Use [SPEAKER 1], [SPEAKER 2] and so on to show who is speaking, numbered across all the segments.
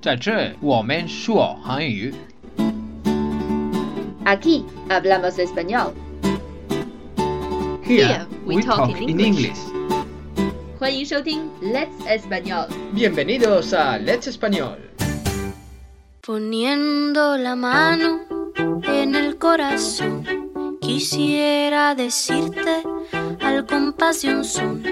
[SPEAKER 1] 在这，我们说韩语。
[SPEAKER 2] Aquí hablamos español。Here we talk in English。欢迎收听 Let's Español。
[SPEAKER 3] Bienvenidos a Let's Español.
[SPEAKER 4] Poniendo la mano en el corazón, quisiera decirte al compás de un son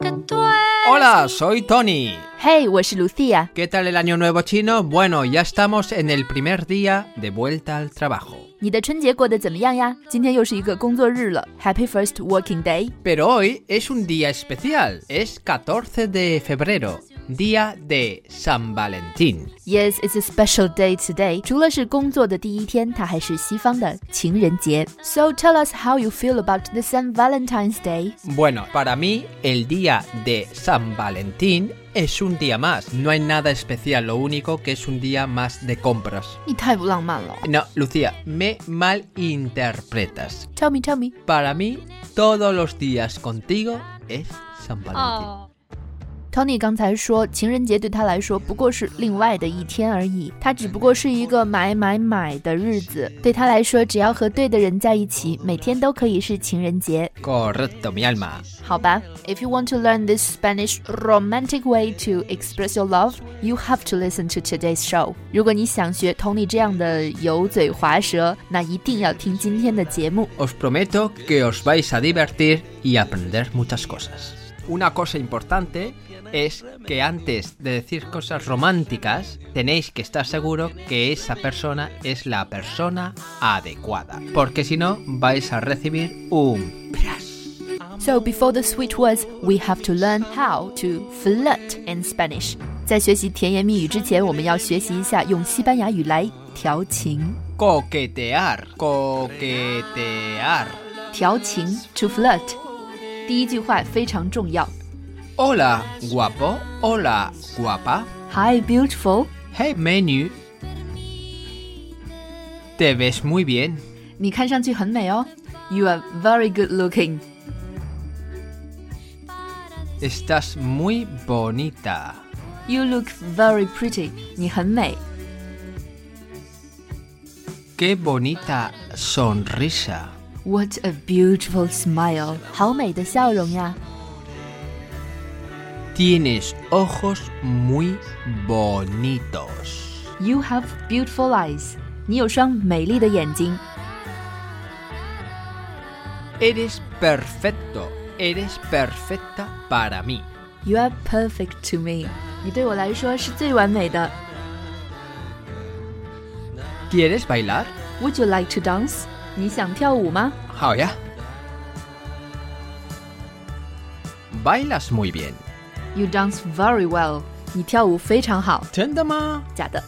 [SPEAKER 4] que tú eres.
[SPEAKER 3] Hola, soy Tony.
[SPEAKER 5] Hey，我是 Lucia。
[SPEAKER 3] ¿Qué tal el año nuevo chino? Bueno, ya estamos en el primer día de vuelta al trabajo.
[SPEAKER 5] 你的春节过得怎么样呀？今天又是一个工作日了，Happy First Working Day。
[SPEAKER 3] Pero hoy es un día especial. Es 14 de febrero, día de San Valentín.
[SPEAKER 5] Yes, it's a special day today。除了是工作的第一天，它还是西方的情人节。So tell us how you feel about the Saint Valentine's Day。
[SPEAKER 3] Bueno, para mí el día de San Valentín es un día más. No hay nada especial, lo único que es un día más de compras.
[SPEAKER 5] 你太不浪漫了。
[SPEAKER 3] No, Lucía, me malinterpretas.
[SPEAKER 5] Tell me, tell me。
[SPEAKER 3] Para mí, todos los días contigo es San Valentín.
[SPEAKER 4] Oh.
[SPEAKER 6] Ah.
[SPEAKER 5] Tony 刚才说，情人节对他来说不过是另外的一天而已，它只不过是一个买买买的日子。对他来说，只要和对的人在一起，每天都可以是情人节，
[SPEAKER 3] Correcto, mi alma.
[SPEAKER 5] 好吧？If you want to learn this Spanish romantic way to express your love, you have to listen to today's show。如果你想学 Tony 这样的油嘴滑舌，那一定要听今天的节目。
[SPEAKER 3] Os prometo que os vais a divertir y aprender muchas cosas. Una cosa importante es que antes de decir cosas románticas, tenéis que estar seguro que esa persona es la persona adecuada. Porque si no, vais a recibir un...
[SPEAKER 5] So before the sweet words, we have to learn how to flirt in Spanish. 在学习甜言蜜语之前，我们要学习一下用西班牙语来调情。
[SPEAKER 3] Coquetear. Coquetear.
[SPEAKER 5] 调情 to flirt。第一句话非常重要。
[SPEAKER 3] Hola, guapo. Hola, guapa.
[SPEAKER 5] Hi, beautiful。
[SPEAKER 3] Hey, menu. Te ves muy bien.
[SPEAKER 5] 你看上去很美哦。You are very good looking。
[SPEAKER 3] Estás muy bonita.
[SPEAKER 5] You look very pretty。你很美。
[SPEAKER 3] Qué bonita sonrisa.
[SPEAKER 5] What a beautiful smile！好美的笑容呀。
[SPEAKER 3] Tienes ojos muy bonitos.
[SPEAKER 5] You have beautiful eyes。你有双美丽的眼睛。
[SPEAKER 3] Eres perfecto. Eres perfecta para mí.
[SPEAKER 5] You are perfect to me。你对我来说是最完美的。
[SPEAKER 3] ¿Quieres bailar?
[SPEAKER 5] Would you like to dance？你想跳舞吗
[SPEAKER 3] How ya? Bailas muy bien.
[SPEAKER 5] ？You dance very well。你跳舞非常好。
[SPEAKER 3] ¿Tenda ma?
[SPEAKER 5] 假的。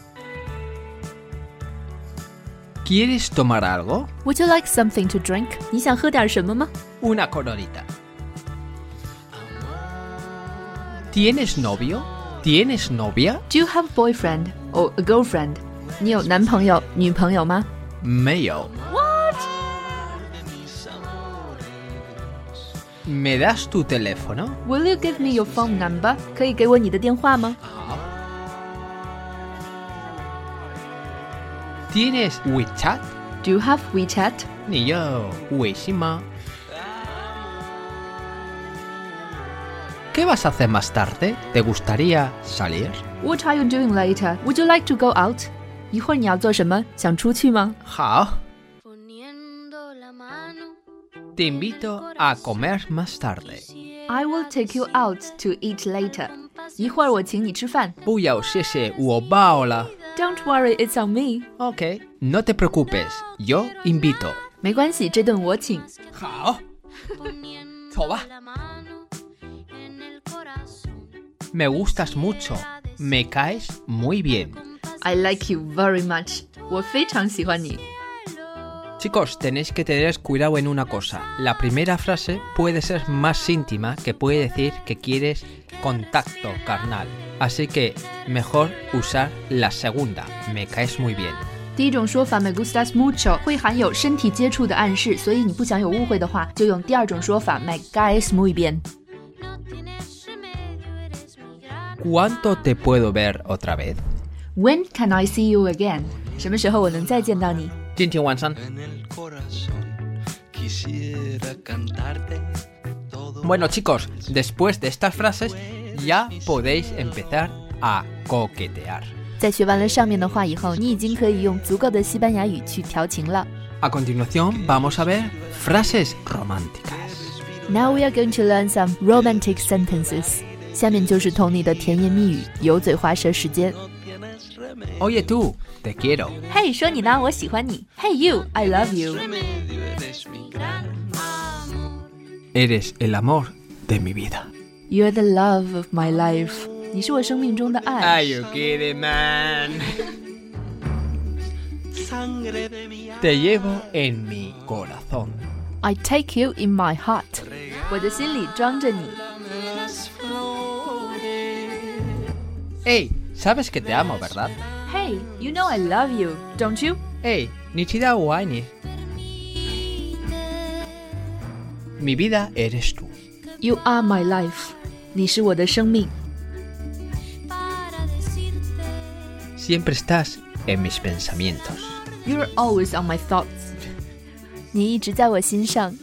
[SPEAKER 3] ¿Quieres tomar algo?
[SPEAKER 5] Would you like something to drink？你想喝点什么吗
[SPEAKER 3] Una coronita. ¿Tienes novio? ¿Tienes novia?
[SPEAKER 5] ？Do you have boyfriend or a girlfriend？你有男朋友、女朋友吗
[SPEAKER 3] Mayo. ¿Me das tu teléfono?
[SPEAKER 5] ？Will you give me your phone number？可以给我你的电话吗
[SPEAKER 3] ¿Tienes WeChat?
[SPEAKER 5] ？Do you have WeChat？
[SPEAKER 3] Ni yo, Wishima. ¿Qué vas a hacer más tarde? ¿Te gustaría salir?
[SPEAKER 5] What are you doing later? Would you like to go out? 一会儿你要做什么？想出去吗
[SPEAKER 3] Hao,
[SPEAKER 4] Poniendo la mano.
[SPEAKER 3] te invito a comer más tarde.
[SPEAKER 5] ？I will take you out to eat later. 一会儿我请你吃饭。
[SPEAKER 3] Voy a usarse Wobaola.
[SPEAKER 5] Don't worry, it's on me.
[SPEAKER 3] Ok, no te preocupes, yo invito.
[SPEAKER 5] 没关系，这顿我请。
[SPEAKER 3] Hao,
[SPEAKER 4] Poniendo
[SPEAKER 3] Soba.
[SPEAKER 4] la mano en el corazón.
[SPEAKER 3] me gustas mucho, me caes muy bien.
[SPEAKER 5] I like you very much. 我非常喜欢你。
[SPEAKER 3] Chicos, tenéis que tener cuidado en una cosa. La primera frase puede ser más íntima que puede decir que quieres contacto carnal. Así que mejor usar la segunda. Me caes muy bien.
[SPEAKER 5] 第一种说法 me gustas mucho 会含有身体接触的暗示，所以你不想有误会的话，就用第二种说法 me guys muy bien。
[SPEAKER 4] No tienes remedio, eres mi gran
[SPEAKER 3] ¿Cuánto te puedo ver otra vez?
[SPEAKER 2] When can I see you again？
[SPEAKER 5] 什么时候我能再见到你？
[SPEAKER 3] 今天晚上。Bueno chicos, después de estas frases ya podéis empezar a coquetear.
[SPEAKER 5] 在学完了上面的话以后，你已经可以用足够的西班牙语去调情了。
[SPEAKER 3] A continuación vamos a ver frases románticas.
[SPEAKER 5] Now we are going to learn some romantic sentences. 下面就是 Tony 的甜言蜜语、油嘴滑舌时间。
[SPEAKER 3] Oye tú, te quiero.
[SPEAKER 5] Hey，说你呢，我喜欢你。Hey you，I love you。
[SPEAKER 3] Eres el amor de mi vida.
[SPEAKER 5] You're the love of my life。你是我生命中的爱。
[SPEAKER 3] Are you kidding, man? Te llevo en mi corazón.
[SPEAKER 5] I take you in my heart。我的心里装着你。
[SPEAKER 3] Hey, sabes que te amo, ¿verdad?
[SPEAKER 5] Hey, you know I love you, don't you?
[SPEAKER 3] Hey, Nichida Waini. Mi vida eres tú.
[SPEAKER 5] You are my life. 你是我的生命。
[SPEAKER 3] Siempre estás en mis pensamientos.
[SPEAKER 5] You're always on my thoughts. 你一直在我心上。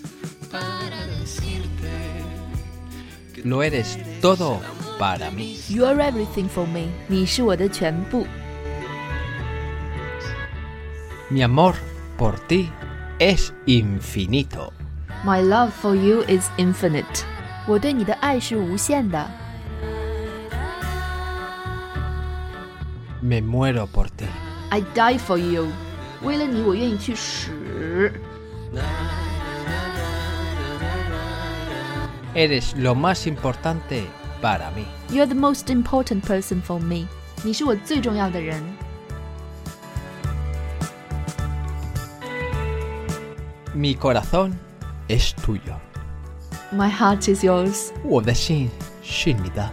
[SPEAKER 3] Lo eres todo para mí.
[SPEAKER 5] You're everything for me. 你是我的全部。
[SPEAKER 3] Mi amor por ti es infinito.
[SPEAKER 5] My love for you is infinite. 我对你的爱是无限的。
[SPEAKER 3] Me muero por ti.
[SPEAKER 5] I die for you. 为了你，我愿意去死。
[SPEAKER 3] Eres lo más importante para mí.
[SPEAKER 5] You're the most important person for me. 你是我最重要的人。
[SPEAKER 3] Mi corazón es tuyo.
[SPEAKER 5] My heart is yours.
[SPEAKER 3] 我的心是你的。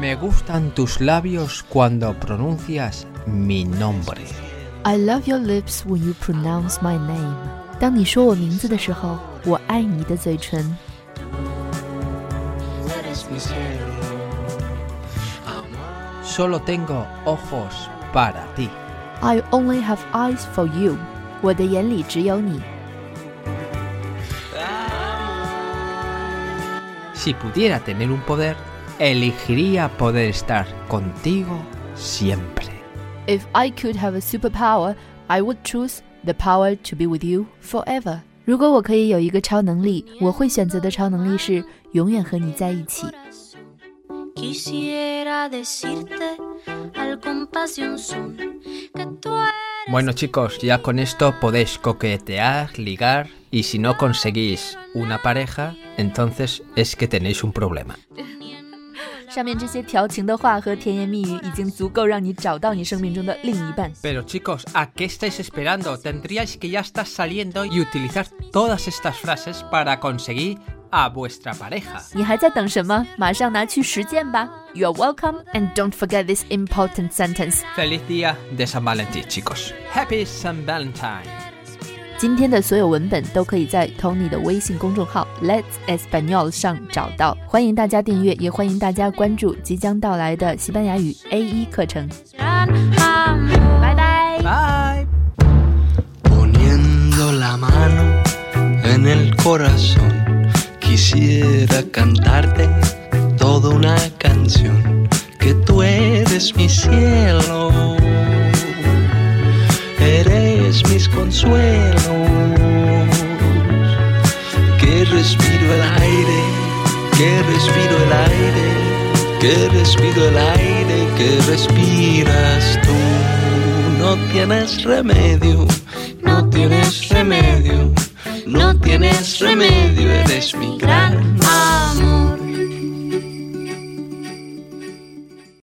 [SPEAKER 3] Me gustan tus labios cuando pronuncias mi nombre.
[SPEAKER 5] I love your lips when you pronounce my name. 当你说我名字的时候，我爱你的嘴唇。
[SPEAKER 3] Solo tengo ojos para ti.
[SPEAKER 5] I only have eyes for you. 我的眼里只有你。
[SPEAKER 3] Si pudiera tener un poder, elegiría poder estar contigo siempre.
[SPEAKER 5] If I could have a superpower, I would choose the power to be with you forever. 如果我可以有一个超能力，我会选择的超能力是永远和你在一起。
[SPEAKER 4] Quisiera decirte al compás de un son que tú eres
[SPEAKER 3] Bueno chicos, ya con esto podéis coquetear, ligar y si no conseguís una pareja, entonces es que tenéis un problema.
[SPEAKER 5] 上面这些调情的话和甜言蜜语已经足够让你找到你生命中的另一半。
[SPEAKER 3] Pero chicos, ¿a qué estáis esperando? Tendríais que ya estar saliendo y utilizar todas estas frases para conseguir a vuestra pareja.
[SPEAKER 5] 你还在等什么？马上拿去实践吧！You're welcome, and don't forget this important sentence.
[SPEAKER 3] Feliz día de San Valentín, chicos. Happy San Valentine.
[SPEAKER 5] 今天的所有文本都可以在 Tony 的微信公众号 Let's Espanol 上找到，欢迎大家订阅，也欢迎大家关注即将到来的西班牙语 A 一课程。
[SPEAKER 4] gran amor.
[SPEAKER 5] Bye bye.
[SPEAKER 3] Bye.
[SPEAKER 6] poniendo la mano en el corazón. Quisiera cantarte toda una canción, que tú eres mi cielo, eres mis consuelos, que respiro el aire, que respiro el aire, que respiro el aire, que respiras tú. No tienes remedio, no tienes remedio, no tienes remedio, eres mi gran.